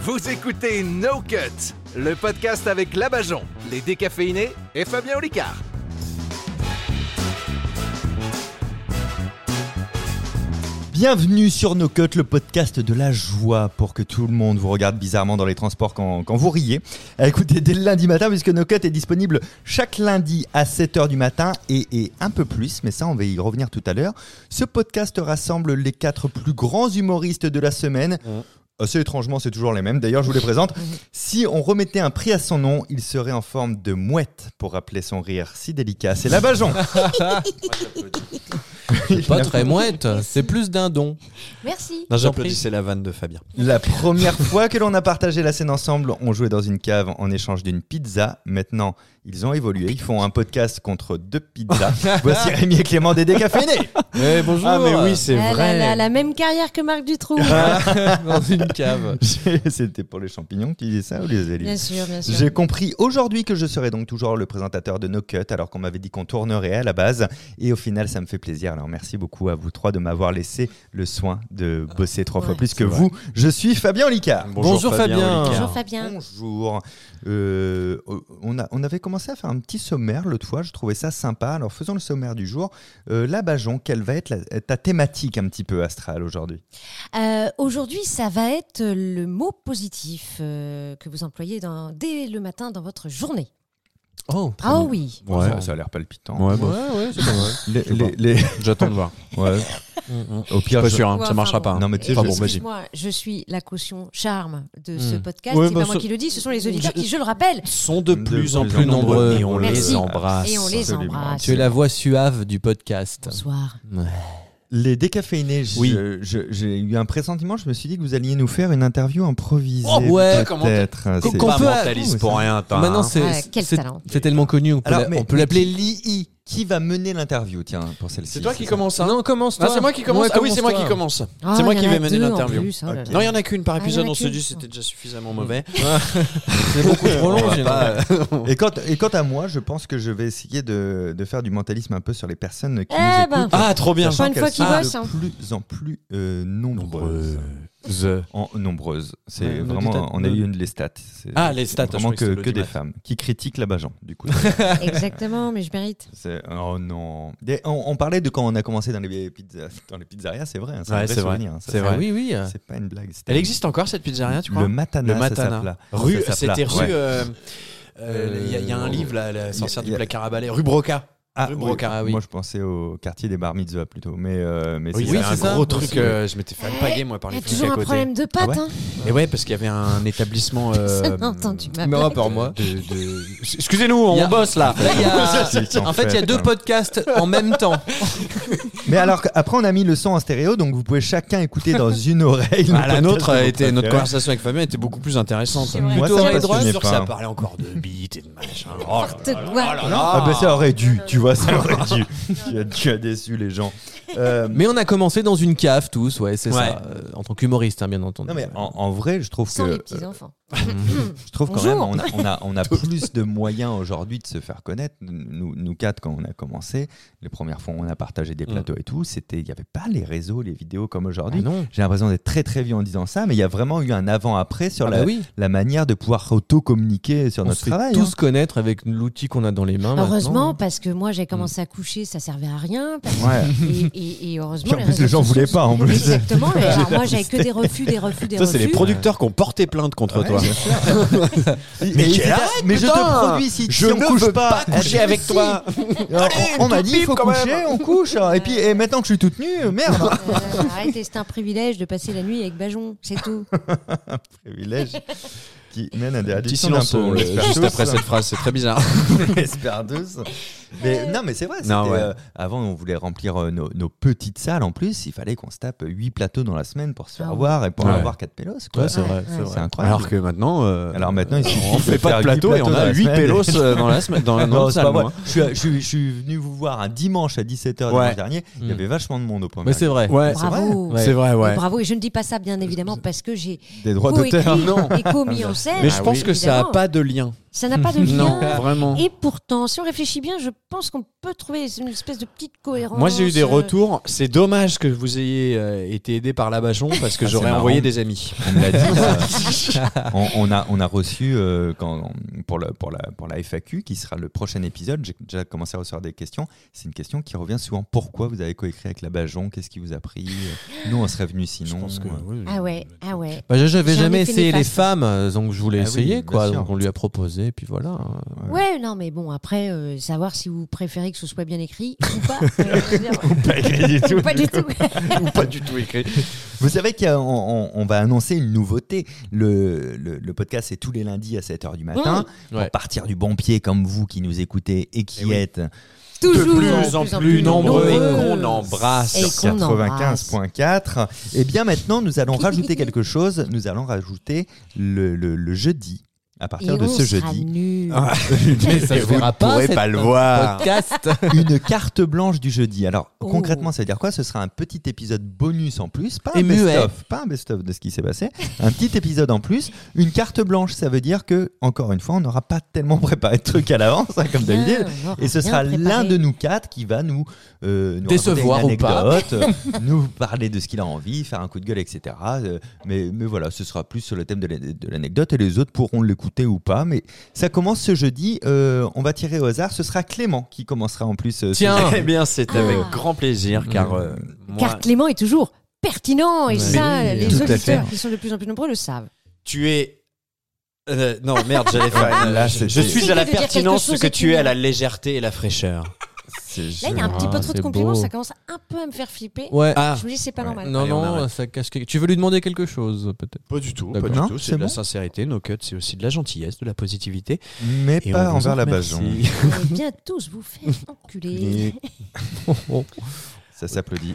Vous écoutez No Cut, le podcast avec Labajon, les décaféinés et Fabien Olicard. Bienvenue sur No Cut, le podcast de la joie pour que tout le monde vous regarde bizarrement dans les transports quand, quand vous riez. Euh, Écoutez, dès le lundi matin, puisque No Cut est disponible chaque lundi à 7h du matin et, et un peu plus, mais ça, on va y revenir tout à l'heure. Ce podcast rassemble les quatre plus grands humoristes de la semaine. Assez étrangement, c'est toujours les mêmes. D'ailleurs, je vous les présente. Si on remettait un prix à son nom, il serait en forme de mouette pour rappeler son rire si délicat. C'est Labajon. Pas très mouette, c'est plus d'un don. Merci. Non, c'est la vanne de Fabien. La première fois que l'on a partagé la scène ensemble, on jouait dans une cave en échange d'une pizza. Maintenant, ils ont évolué. Ils font un podcast contre deux pizzas. Voici Rémi et Clément des décaféinés. bonjour. Ah mais oui, c'est Elle a vrai. Ah, la- la même carrière que Marc Dutroux. Ah. dans une cave. C'était pour les champignons qui disaient ça ou les olives bien sûr, bien sûr. J'ai compris aujourd'hui que je serai donc toujours le présentateur de No Cut, alors qu'on m'avait dit qu'on tournerait à la base. Et au final, ça me fait plaisir. Alors merci beaucoup à vous trois de m'avoir laissé le soin de bosser trois fois Ouais, plus que c'est vrai. vous. Je suis Fabien Licard. Bonjour, Fabien. Olicard. Bonjour Fabien. Bonjour. Euh, on, a, on avait commencé à faire un petit sommaire l'autre fois, je trouvais ça sympa. Alors faisons le sommaire du jour. Euh, là, Bajon, quelle va être la- ta thématique un petit peu astrale aujourd'hui Euh, Aujourd'hui, ça va être le mot positif euh, que vous employez dans- dès le matin dans votre journée. Oh. Ah oui. Ouais. ça, ça a l'air palpitant. Ouais, Ouais, bon, ouais, c'est pas mal. Les- Je vois. les- les- j'attends de voir. ouais. Mm, Au Je pire, suis pas je- sûr, hein, Ouais, ça marchera enfin, pas. Non, mais tu sais, Enfin, je- bon, vas-y. Excuse-moi, je suis la caution charme de ce Hmm. podcast. Ouais, c'est bah, pas moi ce- qui le dis, ce sont les auditeurs Je- qui, je le rappelle, Sont de De plus en plus nombreux. et on Merci. Ah, les embrasse. et on les absolument. embrasse. Tu es la voix suave du podcast. Bonsoir. les décaféinés, je- Oui. je- j'ai eu un pressentiment, je me suis dit que vous alliez nous faire une interview improvisée. Oh, ouais, comment peut-être. qu'on- C'est- qu'on Pas peut- mentalise pour rien, t'as, Maintenant, hein. c'est Ah, quel c'est- talent. c'est tellement connu, on peut Alors, la- mais- on peut mais l'appeler qui- Lii. Qui va mener l'interview, tiens, pour celle-ci commence. hein. Non, commence toi. c'est moi qui commence. Ouais, ah oui, c'est moi toi. qui commence. Ah, c'est moi il y qui en vais a mener deux en l'interview. plus, Ah, oh là là. Non, il y en a qu'une par il y en a épisode. on se qu'une. dit c'était déjà Hmm. suffisamment mauvais. C'est beaucoup trop long. j'ai l'impression. Et quant, et quant à moi, je pense que je vais essayer de, de faire du mentalisme un peu sur les personnes qui Eh nous ben. écoutent. Ah, trop bien. sachant une fois qu'elles qu'ils sont bossent, hein. de plus en plus euh, nombreuses. En, nombreuses. C'est Ouais, nos vraiment, dita- on a nos- eu une des stats. C'est- Ah, les c'est stats, je Vraiment crois que que, c'est que des l'audimat. femmes qui critiquent la Bajan, du coup. Exactement, mais je mérite. C'est- oh non. Des- on, on parlait de quand on a commencé dans les, pizzas- dans les pizzerias, c'est vrai. hein, c'est un Ouais, vrai c'est vrai. souvenir, hein, ça, C'est ça- vrai. Ah oui, oui. C'est pas une blague. c'était- Elle existe encore cette pizzeria, tu crois Le Matana, Le ça Matana. s'appela. Rue, Ça s'appela, c'était ouais. rue. euh, euh, Il y, a- il y a un Euh, livre là, la sorcière il y du a- placard à balai, rue Broca. Ah, Rue oui. Broca. Ah oui. Moi, je pensais au quartier des bar mitzvahs plutôt. Mais, euh, mais Oui, c'est oui, ça. un c'est ça. gros Aussi, truc. oui. euh, je m'étais fait alpaguer moi par Il y les a flics à toujours un côté. problème de Ah pattes. ouais hein. Et ouais, parce qu'il y avait un établissement. euh, n'a entendu ma Mais on va blague. par moi. de- de- Excusez-nous, on Il y a- bosse là. Là, il y a- C'est En fait, il y a deux hein. podcasts en même temps. Mais alors qu'après on a mis le son en stéréo, donc vous pouvez chacun écouter dans une oreille. Ah, la nôtre a été notre conversation. conversation avec Fabien était beaucoup plus intéressante. C'est vrai. Moi, Plutôt ça oreille me droite, Je passionnait suis sûr que ça pas. parlait encore de bites et de machin. Oh là Te- ouais. là. Oh là là. Ah bah ça aurait dû, tu vois, ça aurait dû. tu, as, tu as déçu les gens. Euh, Mais on a commencé dans une cave tous, ouais, c'est Ouais. ça. Euh, en tant qu'humoriste, hein, bien entendu. non mais en, en vrai, je trouve euh, Sans les que euh, petits enfants. je trouve quand Bonjour. même on a, on a, on a plus de moyens aujourd'hui de se faire connaître. Nous, nous quatre, quand on a commencé, les premières fois on a partagé des plateaux et tout, c'était il n'y avait pas les réseaux, les vidéos comme Mm. Ah aujourd'hui. non. J'ai l'impression d'être très très vieux en disant ça, mais il y a vraiment eu un avant-après sur Ah la, bah oui. la manière de pouvoir auto-communiquer sur On notre se fait travail. hein. tous connaître avec l'outil qu'on a dans les mains. Heureusement, maintenant. parce que moi Mm. j'ai commencé à coucher, ça servait à rien. parce- hein. Ouais. Et, et- et heureusement. Puis en plus, les réseaux gens sociaux voulaient sont- pas, en plus. Exactement. et alors, moi j'avais que des refus, des refus, des Ça, refus. c'est les producteurs qui ont porté plainte contre Ouais, toi. bien sûr. Et- Mais et- quel et- arrête, mais je putain te produis si, Je si on ne couche veux pas. Coucher avec toi. On- on m'a dit il faut coucher, on couche. Et puis et maintenant que je suis toute nue, merde. Euh, arrêtez, c'est un privilège de passer la nuit avec Bajon, c'est tout. Privilège qui mène à des Petit addictions silence d'impôts, on euh, l'espère juste tous. après cette phrase, c'est très bizarre. On l'espère tous. Mais non, mais c'est vrai. c'était, Non, ouais. euh, avant, on voulait remplir euh, nos, nos petites salles. En plus, il fallait qu'on se tape 8 plateaux dans la semaine pour se faire Ah ouais. voir et pour Ouais. avoir 4 pélos. quoi. Ouais, c'est vrai, Ouais, c'est ouais. vrai. c'est incroyable. Alors que maintenant, euh, Alors maintenant, il suffit on de fait faire huit pas de plateau et plateaux on dans a la 8 semaine. pélos euh, dans la semaine. Dans, dans Ah Non, le c'est salle, pas vrai. moi. Je suis, je suis- je suis venu vous voir un dimanche à 17h Ouais. dimanche dernier. Il y Mm. avait vachement de monde au point. Mais c'est vrai. Ouais, vrai. Bravo. Ouais. c'est vrai, Et ouais. Bravo, et je ne dis pas ça bien évidemment parce que j'ai des droits d'auteur. co-écrit et commis Bien scène. Mais je pense que ça n'a Ah évidemment. pas de lien. Ça n'a pas de lien. Non, vraiment. Et pourtant, si on réfléchit bien, je pense qu'on peut trouver une espèce de petite cohérence. Moi, j'ai eu des euh, retours. C'est dommage que vous ayez euh, été aidé par la Bajon parce que Ah, c'est j'aurais marrant. envoyé des amis. On me l'a dit. euh, on, on a, on a reçu euh, quand, pour, le, pour, la, pour la FAQ, qui sera le prochain épisode, j'ai déjà commencé à recevoir des questions. C'est une question qui revient souvent. Pourquoi vous avez coécrit avec la Bajon Qu'est-ce qui vous a pris Nous, on serait venus sinon. Euh, Ah ouais, ah ouais. Bah, j'avais J'ai un jamais effet essayé les néfaste. femmes, euh, donc je voulais Ah oui, essayer, bien quoi. sûr. Donc on lui a proposé, puis voilà. Ouais, non, mais bon, après, euh, savoir si vous préférez que ce soit bien écrit ou pas. euh, je veux dire, Pas écrit du tout. ou pas du tout. Pas du tout écrit. Vous savez qu'on on- on va annoncer une nouveauté. Le, le, le podcast, c'est tous les lundis à 7h du matin. Mmh. Ouais. Pour partir du bon pied, comme vous qui nous écoutez et Eh qui êtes Toujours de plus en plus, nombreux et qu'on embrasse. Et sur qu'on embrasse. 95.4, et Eh bien maintenant, nous allons rajouter quelque chose. Nous allons rajouter le, le- le jeudi, à partir Et de on ce sera jeudi. nuls. Mais ça Et se vous verra ne pas, pourrez cette- pas le voir. Podcast. Une carte blanche du jeudi. Alors Oh. concrètement, ça veut dire quoi Ce sera un petit épisode bonus en plus, pas un Et muet. best-of, pas un best-of de ce qui s'est passé. Un petit épisode en plus, une carte blanche. Ça veut dire que encore une fois, on n'aura pas tellement préparé de trucs à l'avance, hein, comme Bien, d'habitude. Ah, on aura Et ce bien sera l'un préparé. de nous quatre qui va nous, euh, nous Décevoir raconter une ou pas. anecdote, euh, nous parler de ce qu'il a envie, faire un coup de gueule, etc. Euh, mais, mais voilà, ce sera plus sur le thème de la- de l'anecdote et les autres pourront l'écouter ou pas. Mais ça commence ce jeudi. euh, on va tirer au hasard. Ce sera Clément qui commencera en plus. euh, ce Tiens. Eh bien, c'est avec Ah. grand plaisir car Mm. euh, moi, Car Clément est toujours pertinent et Mais ça, oui, les tout à auditeurs fait. qui sont de plus en plus nombreux le savent. tu es. Euh, non, merde, j'allais faire. une- Là, je c'était- je suis à la Essayez de dire quelque pertinence ce chose que de tu es à mignon. la légèreté et la fraîcheur. Là, il y a un petit peu Ah, trop de c'est compliments, beau. ça commence un peu à me faire flipper. Ouais. Ah, Je vous dis, c'est pas Ouais. normal. Non, Allez, on non, arrête. ça cache quelque- Tu veux lui demander quelque chose, peut-être pas du tout, pas du Non, tout, c'est C'est c'est de de la la bon sincérité. Nos cuts, c'est aussi de la gentillesse, de la positivité. Mais pas envers la base. Vous allez bien tous vous faire enculer. Ça s'applaudit.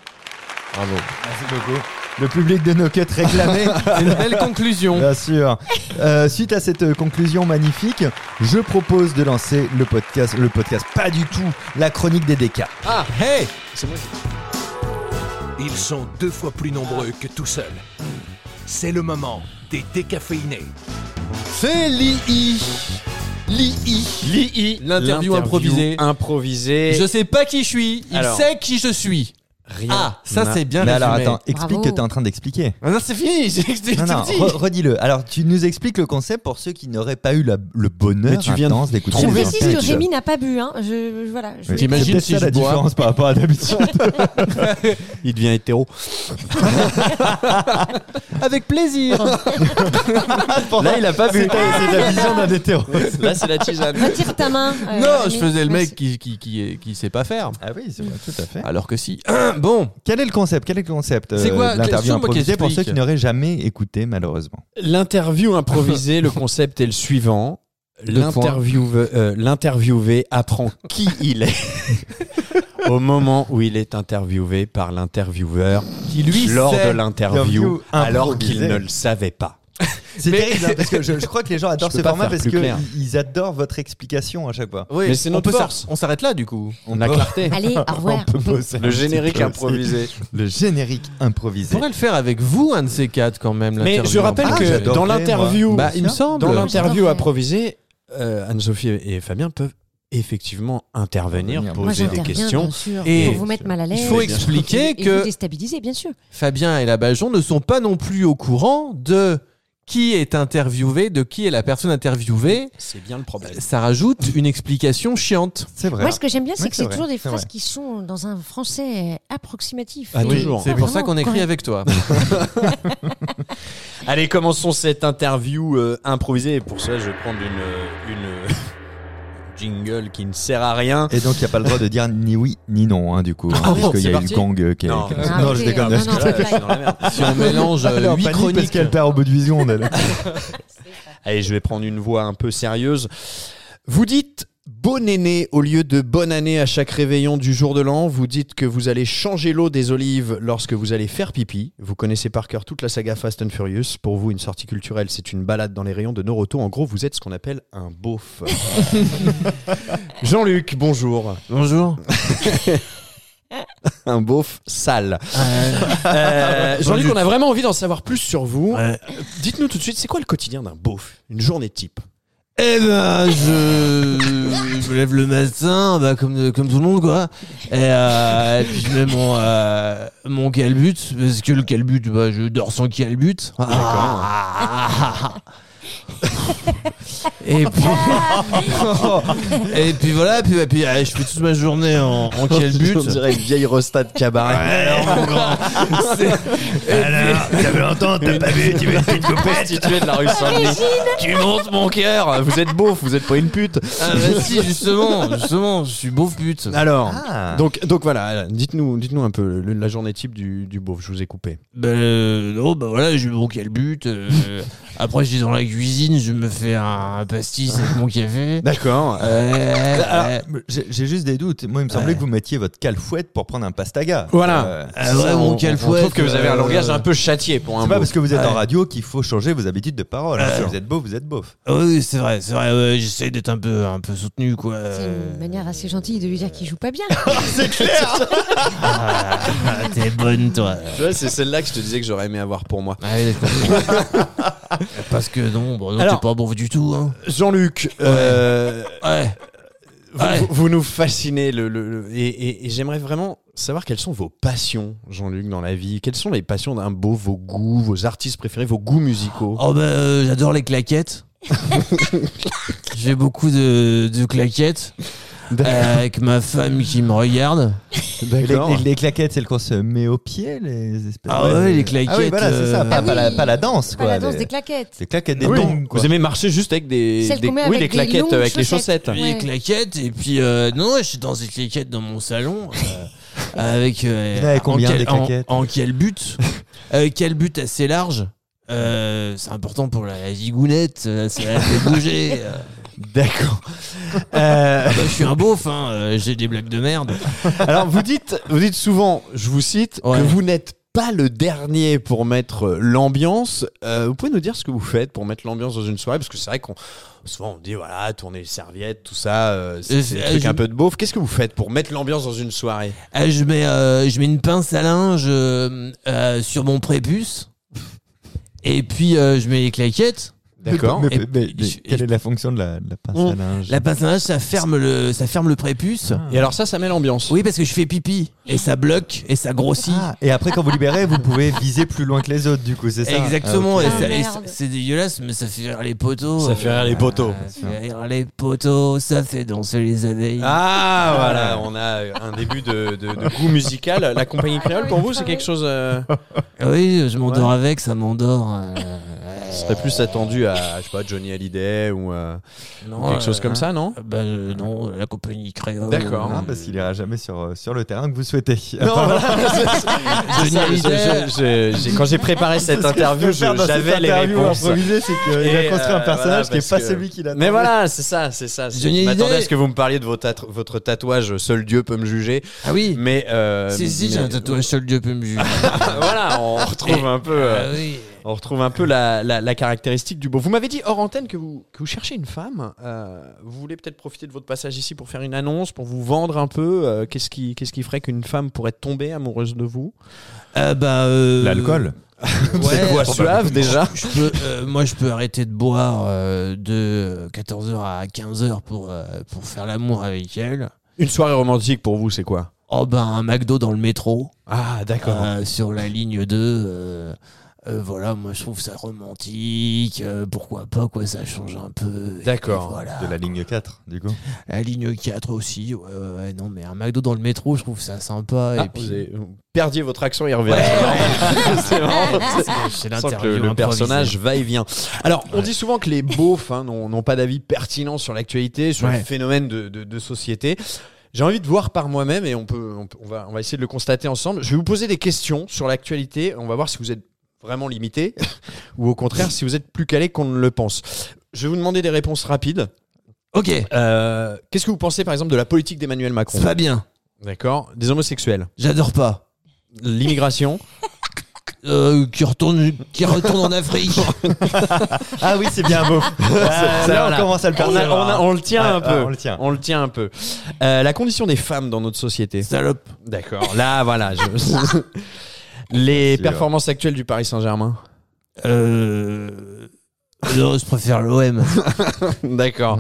Bravo. Merci beaucoup. Le public de No Cut réclamait. Une belle conclusion. Bien sûr. Euh, suite à cette euh, conclusion magnifique, je propose de lancer le podcast, le podcast, pas du tout, la chronique des DK. Ah, hey C'est moi qui- Ils sont deux fois plus nombreux que tout seul. C'est le moment des décaféinés. C'est l'II. L'II. L'II, L'interview improvisée. Improvisée. Je sais pas qui je suis. Il Alors. sait qui je suis. Rien. Ah, ça n'a- c'est bien Mais alors résumé. attends, explique Bravo. que t'es en train d'expliquer. Ah non, c'est fini. j'ai- j'ai Non, tout non, dit. re- redis-le. Alors, tu nous expliques le concept pour ceux qui n'auraient pas eu la- le bonheur Mais tu viens de intense d'écouter Je trouver les un précise que interviews. Rémi n'a pas bu. Hein. Je, je- voilà, je Oui. voulais- T'imagines C'est peut-être si ça je la bois différence par rapport à d'habitude. Il devient hétéro. Avec plaisir. Là, il a pas vu. C'est la vision d'un hétéro. Là, c'est la tisane. Retire ta main. euh, non, Rémi. je faisais le mec Merci. qui, qui, qui, qui sait pas faire. Ah oui, c'est vrai, tout à fait. Alors que si. bon, Quel est le concept Quel est le concept euh, C'est quoi de l'interview Question, moi, qui improvisée pour ceux explique. qui n'auraient jamais écouté, malheureusement L'interview improvisée, le concept est le suivant. Deux points. L'interviewe- euh, L'interviewé apprend qui il est au moment où il est interviewé par l'intervieweur qui lui lors sait. de l'interview Interview alors improvisée. qu'il ne le savait pas. C'est Mais- terrible hein, parce que je, je crois que les gens adorent Je peux ce pas format faire parce plus clair. qu'ils adorent votre explication à chaque fois. Oui, Mais c'est on peut notre s'ar- force. On s'arrête là du coup. On a clarté. Allez, au revoir. On peut bosser un Le petit générique peu aussi. improvisé. Le générique On improvisé. pourrait le faire avec vous, un de ces quatre quand même. Mais l'interview je rappelle en Ah, que plus. j'adorerais, dans moi. l'interview, Bah, il me semble. dans l'interview J'adorerais. improvisée, euh, Anne-Sophie et Fabien peuvent effectivement intervenir, Moi, Moi, poser des j'interviens, questions. bien sûr, Et pour vous mettre mal à l'aise. Il faut expliquer et vous que déstabiliser, bien sûr. Fabien et Labajon ne sont pas non plus au courant de qui est interviewé, de qui est la personne interviewée. C'est bien le problème. Ça rajoute une explication chiante. C'est vrai. Moi, ce que j'aime bien, c'est Oui, que c'est c'est vrai, toujours des c'est phrases vrai. qui sont dans un français approximatif. Ah, Et- toujours. C'est pour ça qu'on écrit Vraiment, avec toi. Allez, commençons cette interview euh, improvisée. Et Pour ça, je vais prendre une, une jingle qui ne sert à rien. Et donc, il n'y a pas le droit de dire ni oui ni non, hein, du coup. hein, Ah bon, parce qu'il y c'est a parti eu Kang euh, qui est. Non. qui est- Ah, non, ok, je déconne. ah, je- non, non, Parce que là, c'est je suis dans la merde. Si on mélange Elle est euh, en panique huit parce chroniques. qu'elle perd au bout de vision. elle. Allez, je vais prendre une voix un peu sérieuse. Vous dites bonne année au lieu de bonne année à chaque réveillon du jour de l'an. Vous dites que vous allez changer l'eau des olives lorsque vous allez faire pipi. Vous connaissez par cœur toute la saga Fast and Furious. Pour vous, une sortie culturelle, c'est une balade dans les rayons de Noroto. En gros, vous êtes ce qu'on appelle un beauf. Jean-Luc, bonjour. Bonjour. un beauf sale. Euh, Jean-Luc, on a vraiment envie d'en savoir plus sur vous. Dites-nous tout de suite, c'est quoi le quotidien d'un beauf Une journée type Eh ben, je, je me lève le matin, bah, comme, comme tout le monde, quoi. Et, euh, et puis je mets mon, euh, mon calbut, parce que le calbut, bah, je dors sans calbut. Ah. et puis, et puis voilà, puis, puis, euh, je fais toute ma journée en, Oh, en calbut. On dirait une vieille rosta de cabaret. Alors, ça fait longtemps, t'as pas vu, tu veux une petite coupette Prostituée de la rue Saint-Denis. Tu montes mon cœur Vous êtes beauf, vous êtes pas une pute. Ah, bah, si, justement, justement, je suis beauf pute. Alors, Ah. donc, donc voilà, dites-nous dites un peu le- la journée type du, du beauf, je vous ai coupé. Ben euh, non, ben voilà, j'ai mon calbut. euh, après, je suis dans la cuisine, je me fais un pastis avec mon café. D'accord. Euh, Ah, euh, J'ai j'ai juste des doutes. Moi, il me semblait Ouais. que vous mettiez votre calfouette pour prendre un pastaga. Voilà. Euh, ah ouais, mon calfouet. euh, peu châtié pour c'est pas parce que vous êtes en Ouais. radio qu'il faut changer vos habitudes de parole. hein. Si vous êtes beau, vous êtes beauf. ah Oui, c'est vrai, c'est vrai. ouais, J'essaie d'être un peu, un peu soutenu, quoi. Euh, C'est une manière assez gentille de lui dire qu'il joue pas bien. Ah, ah, T'es bonne, toi. Tu vois, c'est celle-là que je te disais que j'aurais aimé avoir pour moi. Ah, oui, d'accord. Parce que non, bon, non, Alors- t'es pas bon du tout. Hein. Jean-Luc, euh, Ouais. vous, Ouais. vous- vous nous fascinez le, le- le- et, et- et j'aimerais vraiment savoir quelles sont vos passions, Jean-Luc, dans la vie. Quelles sont les passions d'un beauf, vos goûts, vos artistes préférés, vos goûts musicaux Oh bah euh, j'adore les claquettes. J'ai beaucoup de, de claquettes euh, avec ma femme qui me regarde. Les, les- les claquettes, c'est le qu'on se met aux pieds, les espèces. Ah ouais, les claquettes, Ah oui, voilà, c'est ça. euh, Pas, Ah pas la, oui. pas la danse, Pas quoi. la danse les- des claquettes. les claquettes des Ah Oui. dons, quoi. Vous aimez marcher juste avec des, Celles des- qu'on met oui, avec les des claquettes longues avec les chaussettes. chaussettes. Les Ouais. claquettes et puis euh, non je suis dans des claquettes dans mon salon euh, avec euh, Il y en avait combien, en, quel, des claquettes en- en quel but Euh, Quel but assez large Euh, c'est important pour la zigounette, euh, ça la fait bouger. euh. D'accord. Euh, Ah bah, je suis un beauf, hein, euh, j'ai des blagues de merde. alors vous dites, vous dites souvent, je vous cite, Ouais. que vous n'êtes pas le dernier pour mettre euh, l'ambiance. Euh, vous pouvez nous dire ce que vous faites pour mettre l'ambiance dans une soirée parce que c'est vrai qu'on souvent on dit voilà tourner les serviettes tout ça euh, c'est Euh, c'est des euh, trucs je- un peu de beauf. Qu'est-ce que vous faites pour mettre l'ambiance dans une soirée Ah, je, mets, euh, je mets une pince à linge euh, euh, sur mon prépuce. Et puis euh, je mets les claquettes. D'accord. Mais, mais- Et- mais- mais je- quelle est la fonction de la, de la pince à On- linge La pince à linge, ça ferme le, ça ferme le prépuce. Ah. Et alors ça ça met l'ambiance. Oui, parce que je fais pipi. Et ça bloque, et ça grossit. Ah, et après, quand vous libérez, vous pouvez viser plus loin que les autres, du coup, c'est ça Exactement. Ah, ok. et Ah, ça- et merde. ça- c'est dégueulasse, mais ça fait rire les poteaux. Ça fait rire les poteaux. Ah, Ça fait rire les poteaux, ça fait danser les abeilles. Ah voilà, on a un début de, de- de goût musical. La compagnie créole pour vous c'est quelque chose. euh, Oui, je m'endors avec, ça m'endort. euh, Ce serait plus attendu à, je sais pas, Johnny Hallyday ou euh, non, quelque euh, chose comme ça, non Ah, Bah euh, non, la compagnie Euh, créole. D'accord. bah, Ah, parce qu'il ira jamais sur, euh, sur le terrain que vous souhaitez. Non, Enfin, voilà, c'est- c'est- c'est Ah, ça, Johnny Hallyday. je- je- j'ai- quand j'ai préparé cette interview, je- j'avais les réponses. improvisée, c'est qu'il Et, a construit euh, un personnage voilà, qui parce n'est pas que- celui qu'il a. Mais voilà, c'est ça, c'est ça. c'est- Johnny Je m'attendais Hallyday. à ce que vous me parliez de vos tat- votre tatouage, seul Dieu peut me juger. Ah oui. Mais euh, Si, si, mais- j'ai un tatouage seul Dieu peut me juger. voilà, on retrouve un peu, euh, Ah oui. on retrouve un peu la, la- la caractéristique du beau. Vous m'avez dit hors antenne que vous que vous cherchez une femme. Euh, vous voulez peut-être profiter de votre passage ici pour faire une annonce, pour vous vendre un peu. euh, qu'est-ce qui qu'est-ce qui ferait qu'une femme pourrait tomber amoureuse de vous Ah bah. euh, Cette voix Ouais, suave déjà. je peux, euh, moi, je peux arrêter de boire euh, de 14h à 15h pour, euh, pour faire l'amour avec elle. Une soirée romantique pour vous, c'est quoi Oh, ben, un McDo dans le métro, Ah, d'accord. euh, sur la ligne 2. euh, euh, voilà, moi, je trouve ça romantique. euh, pourquoi pas, quoi, ça change un peu. Et D'accord. Voilà. De la ligne 4, du coup. La ligne 4 aussi. Ouais, ouais, ouais, non, mais un McDo dans le métro, je trouve ça sympa. Ah, et puis. vous avez- vous perdiez votre accent, il revient. c'est marrant. C'est- C'est Je sens que l'interview le, le improvisée. personnage va et vient. Alors, on dit souvent que les beaufs hein, n'ont n'ont pas d'avis pertinent sur l'actualité, sur les Ouais. phénomènes de, de- de société. J'ai envie de voir par moi-même et on, peut, on, peut- on va, on va essayer de le constater ensemble. Je vais vous poser des questions sur l'actualité. On va voir si vous êtes vraiment limité ou au contraire si vous êtes plus calé qu'on ne le pense. Je vais vous demander des réponses rapides. Ok, Euh, Qu'est-ce que vous pensez par exemple de la politique d'Emmanuel Macron c'est pas bien. D'accord Des homosexuels J'adore pas. L'immigration euh, qui, retourne, qui retourne en Afrique. Ah oui, c'est bien beau. Ah, ça, là, voilà. on commence à le On, percevoir. a- on a- on le tient Ouais, un peu. ouais, on le tient. On le tient un peu. Euh, la condition des femmes dans notre société. Salope. D'accord. Là, voilà. je- Les performances actuelles du Paris Saint-Germain. Euh... Non, je préfère l'OM. D'accord.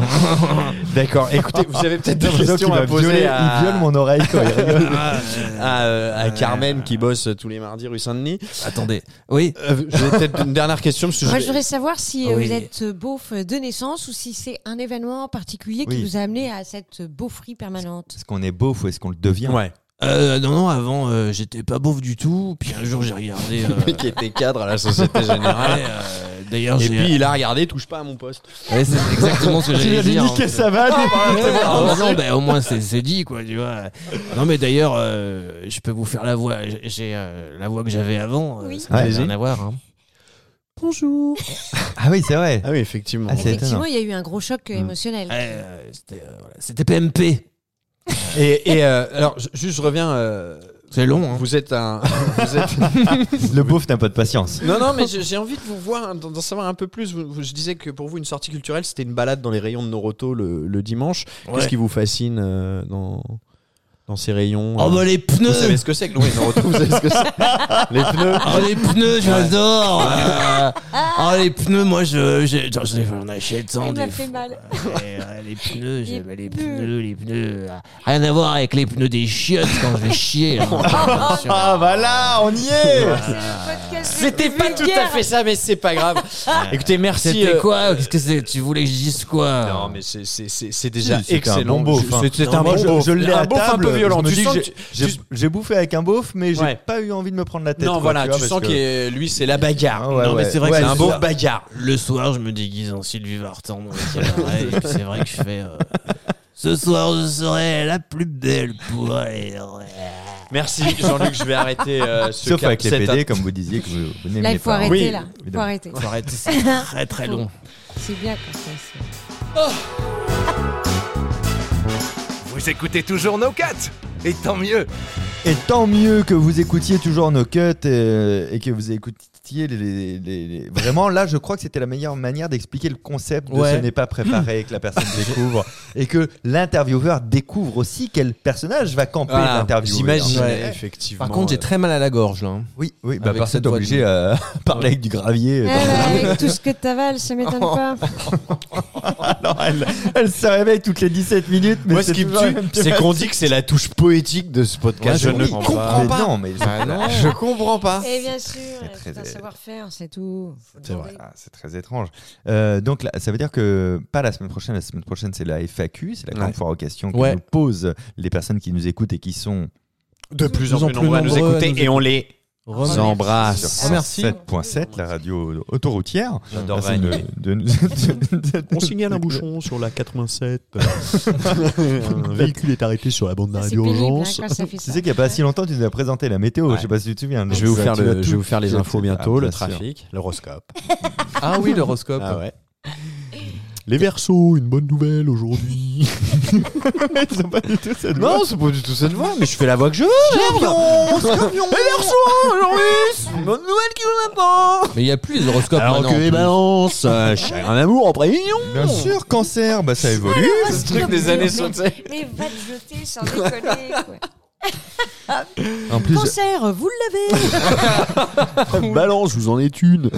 D'accord. Écoutez, vous avez peut-être des J'ai l'impression questions qu'il à va poser violer- à, Il viole mon oreille quand il rigole. Ah, à, euh, à Carmen qui bosse tous les mardis rue Saint-Denis. Attendez. Oui. Euh, J'ai peut-être une dernière question. parce que je Moi, vais- je voudrais savoir si euh, Oui. vous êtes euh, beauf de naissance ou si c'est un événement particulier Oui. qui vous a amené à cette euh, beaufrie permanente. Est-ce qu'on est beauf ou est-ce qu'on le devient Ouais. Euh, non, non, avant, euh, j'étais pas beauf du tout. Puis un jour, j'ai regardé. euh, Qui était cadre à la Société Générale. ouais, euh, D'ailleurs, Et j'ai. euh, puis il a regardé, touche pas à mon poste. Ouais, c'est exactement ce que Il j'allais a dit dire. en niquer fait. sa vanne. Ah, bah non, bah, au moins c'est c'est dit quoi, tu vois. Non mais d'ailleurs, euh, je peux vous faire la voix. J'ai- J'ai euh, la voix que j'avais avant. euh, Oui. Ça n'a Ouais, rien vas-y. à voir. hein. Bonjour. Ah oui, c'est vrai. Ah oui, effectivement. Ah, c'est Effectivement, étonnant. il y a eu un gros choc euh, Mm. émotionnel. Ouais, euh, C'était euh, voilà, c'était PMP. Et, et, euh, alors, je- juste je reviens. euh, C'est long. Hein. Vous êtes un. vous êtes- Le beauf n'a pas de patience. Non, non, mais je- j'ai envie de vous voir, d'en d'en savoir un peu plus. Vous- vous- je disais que pour vous, une sortie culturelle, c'était une balade dans les rayons de Noroto le, le dimanche. Qu'est-ce Ouais. qui vous fascine euh, dans, dans ces rayons Oh euh, bah les Vous savez pneus. ce que c'est que oui, Noroto, vous savez ce que c'est Les pneus Oh les pneus, j'adore. Euh, oh les pneus, moi je j'ai- genre, j'en ai- j'en achète tant. Il m'a des fait fois. mal. Ouais, ouais, les pneus, j'aime Les les pneus. pneus, les pneus. euh, Rien à voir avec les pneus des chiottes quand je vais chier. hein. Bien sûr. Ah voilà, on y est. C'était pas tout à fait ça, mais c'est pas grave. Écoutez, merci. C'était euh, quoi Qu'est-ce que c'est Tu voulais que je dise quoi Non, mais c'est- c'est c'est- c'est déjà Si, c'était un excellent. bon beauf, Je- hein. C'était Non, un moi, bon je, beauf. je l'ai Un à beauf table. un peu violent. je me Tu dis sens que que j'ai- tu- j'ai tu- j'ai bouffé avec un beauf, mais j'ai Ouais. pas eu envie de me prendre la tête. Non, quoi, voilà, vois, tu parce sens que- que euh, lui, c'est la bagarre. Ah ouais, Non, mais ouais. c'est vrai que Ouais, C'est c'est un beau beauf bagarre. Le soir, je me déguise en Sylvie Vartan dans le cabaret, et puis c'est vrai que je fais. euh, Ce soir, je serai la plus belle pour aller. Merci Jean-Luc, je vais arrêter euh, ce Sauf cap- avec les cette- PD, comme vous disiez que vous venez Là, il faut arrêter, là. Il faut évidemment. arrêter. Faut arrêter, c'est très très long. C'est bien comme ça. c'est- Vous écoutez toujours No Cut Et tant mieux Et tant mieux que vous écoutiez toujours nos cuts euh, et que vous écoutiez les, les- les- les- Vraiment, là, je crois que c'était la meilleure manière d'expliquer le concept de ce Ouais. n'est pas préparé, que la personne découvre et que l'intervieweur découvre aussi quel personnage va camper Voilà, l'intervieweur. Ah, J'imagine, Ouais. effectivement. euh, très mal à la gorge là. Oui, oui, bah Avec parce que cette t'es voix de obligé à parler avec du gravier. euh, Eh ben, avec tout ce que t'avales, ça m'étonne pas. Non, elle, elle se réveille toutes les 17 minutes, mais Moi, ce c'est qui toujours la me même Ah, tue, c'est qu'on dit que c'est la touche poétique de ce podcast. Ouais, je ne oui, comprends mais pas. Non, mais Je comprends pas. Et Eh, bien sûr, très, très- c'est un savoir-faire, c'est tout. Faut C'est vrai. demander. Ah, c'est très étrange. Euh, donc, là, ça veut dire que pas la semaine prochaine. La semaine prochaine, c'est la FAQ, c'est la grande Ouais. foire aux questions que Ouais. nous posent les personnes qui nous écoutent et qui sont De plus en Nous en plus nombreux à nous nombreux à écouter nous et on les Remercie. sur embrasse. Ah, merci. 7.7, la radio autoroutière. J'adore Merci de- de- de- de- On signale un bouchon sur la 87. un véhicule est arrêté sur la bande Ça, d'arrêt C'est pénible hein, d'urgence. quand ça fait Tu ça. sais qu'il n'y a pas si longtemps, tu nous as présenté la météo. Ouais. Je sais pas si tu te souviens. Je vais vous Tu faire, l'as- tu le, l'as je vais tout- vous faire les tu l'as infos tout- bientôt, Ah, le bien sûr. trafic, l'horoscope. Ah oui, l'horoscope. Ah ouais. Les versos, une bonne nouvelle aujourd'hui. Ils ont pas du tout cette voix. Non, c'est pas du tout cette voix, mais je fais la voix que je veux. Une bonne nouvelle qui vous attend. Mais il n'y a plus les Ah, horoscopes Alors que ben, les balances, euh, chagrin d'amour en prévision. Bien sûr, cancer, bah ça Ah, évolue. Ce truc des années 60. Mais va te jeter sans déconner. quoi. En plus, Cancer, vous l'avez Balance, je vous en êtes une.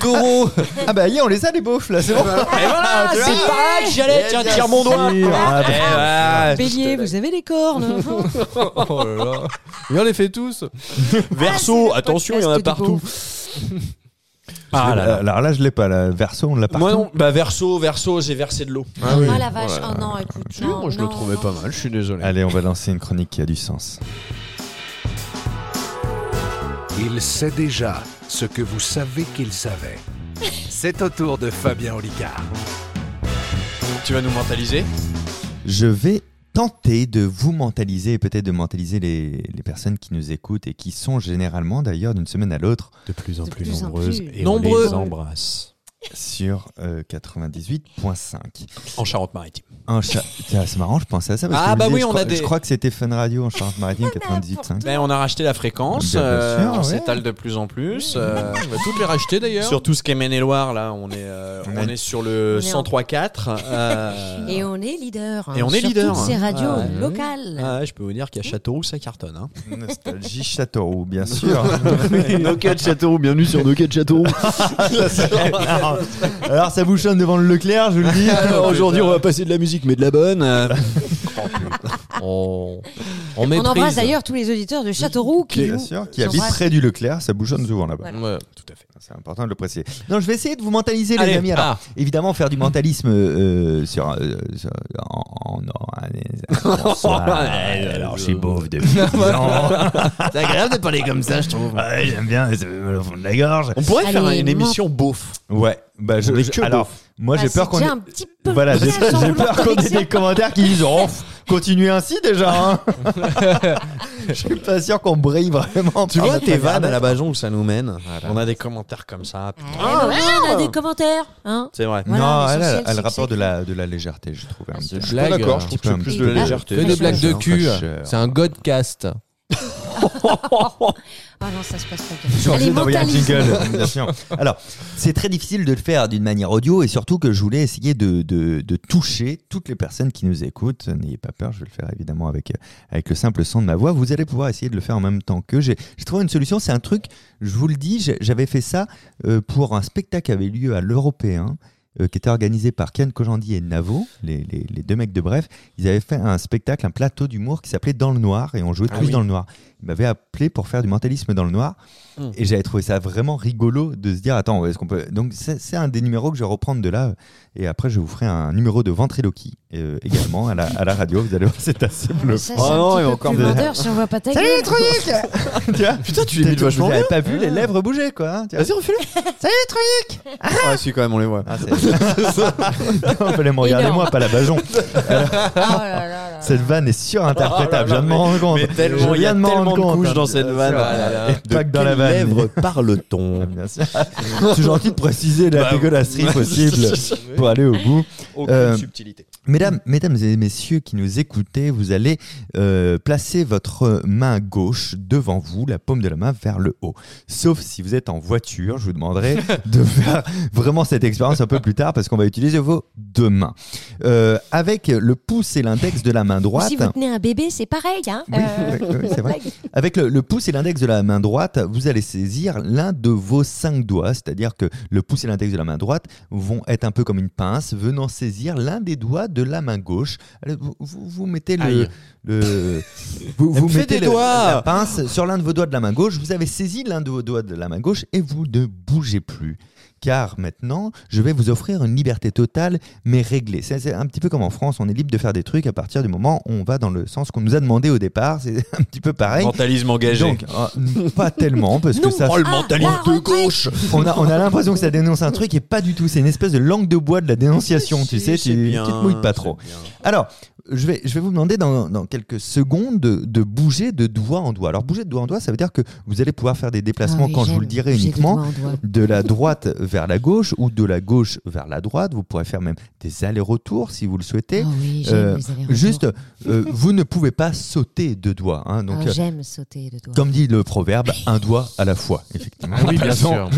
Taureau ah bah yeah, on les a les beaufs là, c'est bon. Et voilà, c'est Ah, c'est pas que j'allais, tiens, bien tire mon doigt. sûr. Ah, Eh bah, Bélier, euh, vous avez les cornes. Oh là là. Et on les fait tous. Verso, attention, il y en a podcast du partout. Ah là là. Alors là, je l'ai pas. La verso, on l'a pas. Moi non, bah verso, verso, j'ai versé de l'eau. Ah la vache, oh non, écoute. non, moi je non, le trouvais non. pas mal, je suis désolé. Allez, on va lancer une chronique qui a du sens. Il sait déjà ce que vous savez qu'il savait. C'est au tour de Fabien Olicard. Tu vas nous mentaliser Je vais tenter de vous mentaliser et peut-être de mentaliser les, les personnes qui nous écoutent et qui sont généralement d'ailleurs d'une semaine à l'autre De plus en De plus, plus en nombreuses. plus. Et Nombreux. on les embrasse. sur euh, 98.5. En Charente-Maritime. Un chat. Tiens, C'est marrant, je pensais à ça. Parce Ah, que je me bah disais, oui, je on crois- a des- Je crois que c'était Fun Radio en Charente-Maritime 98.5. Ben, on a racheté la fréquence, Bien euh, sûr, on ouais. s'étale de plus en plus. euh, On va toutes les racheter d'ailleurs. sur tout ce qui est Maine-et-Loire, là, on est, euh, On on, a- est sur le On est en- 103.4. euh, Et on est leader. hein, Et on est sur leader, Toutes ces hein. radios Ah ouais. locales. Ah, je peux vous dire qu'à Châteauroux, ça cartonne. hein. Nostalgie Châteauroux, bien sûr. Nokia de Châteauroux, bienvenue sur Nokia de Châteauroux. alors, alors, ça vous chante devant le Leclerc, je vous le dis. Alors aujourd'hui, on va passer de la musique, mais de la bonne. euh, On, on On méprise. embrasse d'ailleurs tous les auditeurs de Châteauroux qui, Bien nous- sûr, qui nous habite embrassent. près du Leclerc, ça bouchonne souvent là-bas. Voilà. Ouais. C'est important de le préciser. Non, je vais essayer de vous mentaliser, les Allez, amis. Alors, ah. évidemment, faire du mentalisme euh, sur. euh, sur- en, en- en- bonsoir. Alors, je suis beauf depuis dix ans. C'est agréable de parler comme ça, je trouve. Ouais, J'aime bien, ça me met au fond de la gorge. On pourrait Allez, faire une moi- émission beauf. Ouais, bah, je. On est je- que alors, moi, Ah, j'ai c'est peur qu'on. déjà ait- un petit peu Voilà, j'ai plat, sans j'ai vouloir peur qu'on ait corriger. des commentaires qui disent oh, pff, continuez ainsi déjà. hein. Je suis pas sûr qu'on brille vraiment. Tu par vois notre tes manière vannes à d'être. la Bajon où ça nous mène. On a des commentaires comme ça. Ah, bah oui, on a des commentaires. Hein C'est vrai. Voilà, non, elle, l'essentiel, elle, c'est que rapporte c'est- de la, de la légèreté, je trouve. un petit peu. Je suis pas Blague, d'accord, je euh, trouve que c'est plus de la Que des blagues de cul. Fâcheur. C'est un godcast. Ah non, ça se passe pas J'ai bien. envie Allez, d'envoyer un mentalisme. jingle. bien sûr. Alors, c'est très difficile de le faire d'une manière audio et surtout que je voulais essayer de, de, de toucher toutes les personnes qui nous écoutent. N'ayez pas peur, je vais le faire évidemment avec, euh, avec le simple son de ma voix. Vous allez pouvoir essayer de le faire en même temps que j'ai. J'ai trouvé une solution, c'est un truc, je vous le dis, j'ai- j'avais fait ça euh, pour un spectacle qui avait lieu à l'Européen. euh, qui était organisé par Ken Kojandi et Navo, les, les- les deux mecs de Bref, ils avaient fait un spectacle, un plateau d'humour qui s'appelait Dans le Noir, et on jouait Ah tous oui. dans le noir. Ils m'avaient appelé pour faire du mentalisme dans le noir, Hmm. et j'avais trouvé ça vraiment rigolo de se dire, attends, est-ce qu'on peut... Donc c'est c'est un des numéros que je vais reprendre de là, et après je vous ferai un numéro de ventriloquie euh, également à la, à la radio, vous allez voir, c'est assez Mais bluffant. Ça, Oh c'est non, il y a un encore petit peu des- plus vendeur si on voit pas ta gueule. Tu vois Ah, Putain, tu Peut-être l'imites que vachement Vous bien. Ah. avez pas vu les lèvres bouger, quoi. hein, tu vois. Vas-y, refais-le. Ah, si, quand même, on les voit. Ah, c'est- Non, fallait me regarder Énorme. moi, pas la bajon. Ah, oh là là là. Cette vanne est surinterprétable, je viens de m'en rendre compte. Mais tellement, je il y viens a de m'en tellement rendre de compte. couches dans cette vanne. Ah là là. Et pas que dans la quelles vanne. lèvres parle-t-on Bah, Bien sûr. C'est gentil de préciser la dégueulasserie possible pour aller au bout. Aucune Euh, subtilité. Mesdames, mesdames et messieurs qui nous écoutez, vous allez euh, placer votre main gauche devant vous, la paume de la main vers le haut. Sauf si vous êtes en voiture, je vous demanderai de faire vraiment cette expérience un peu plus tard parce qu'on va utiliser vos deux mains. Euh, avec le pouce et l'index de la main Ou droite. Si vous tenez un bébé, c'est pareil. Hein Oui, Euh, oui, oui, c'est vrai. Avec le, le pouce et l'index de la main droite, vous allez saisir l'un de vos cinq doigts, c'est-à-dire que le pouce et l'index de la main droite vont être un peu comme une pince, venant saisir l'un des doigts de la main gauche. Allez, Vous, vous- vous mettez le, Aïe. le- vous, vous Elle me fait mettez des le- doigts. la pince sur l'un de vos doigts de la main gauche. Vous avez saisi l'un de vos doigts de la main gauche et vous ne bougez plus. Car maintenant, je vais vous offrir une liberté totale, mais réglée. C'est c'est un petit peu comme en France, on est libre de faire des trucs à partir du moment où on va dans le sens qu'on nous a demandé au départ. C'est un petit peu pareil. Mentalisme engagé. Donc, ah, pas tellement, parce que Non. ça. oh, le Ah, mentalisme la de retraite. gauche On a, on a l'impression que ça dénonce un truc et pas du tout. C'est une espèce de langue de bois de la dénonciation, tu sais. Tu, C'est tu bien, te mouilles pas trop. c'est bien. Alors, je vais, je vais vous demander dans, dans quelques secondes de, de bouger de doigt en doigt. Alors, bouger de doigt en doigt, ça veut dire que vous allez pouvoir faire des déplacements Ah oui, quand je vous j'aime. le dirai J'ai des uniquement. doigts en doigt. De la droite vers la gauche ou de la gauche vers la droite. Vous pourrez faire même des allers-retours si vous le souhaitez. Ah oui, j'aime Euh, les allers-retours. Juste, euh, vous ne pouvez pas sauter de doigts. hein. Ah, donc, euh, j'aime sauter de doigts. comme dit le proverbe, un doigt à la fois, effectivement. Ah oui, bien Raison.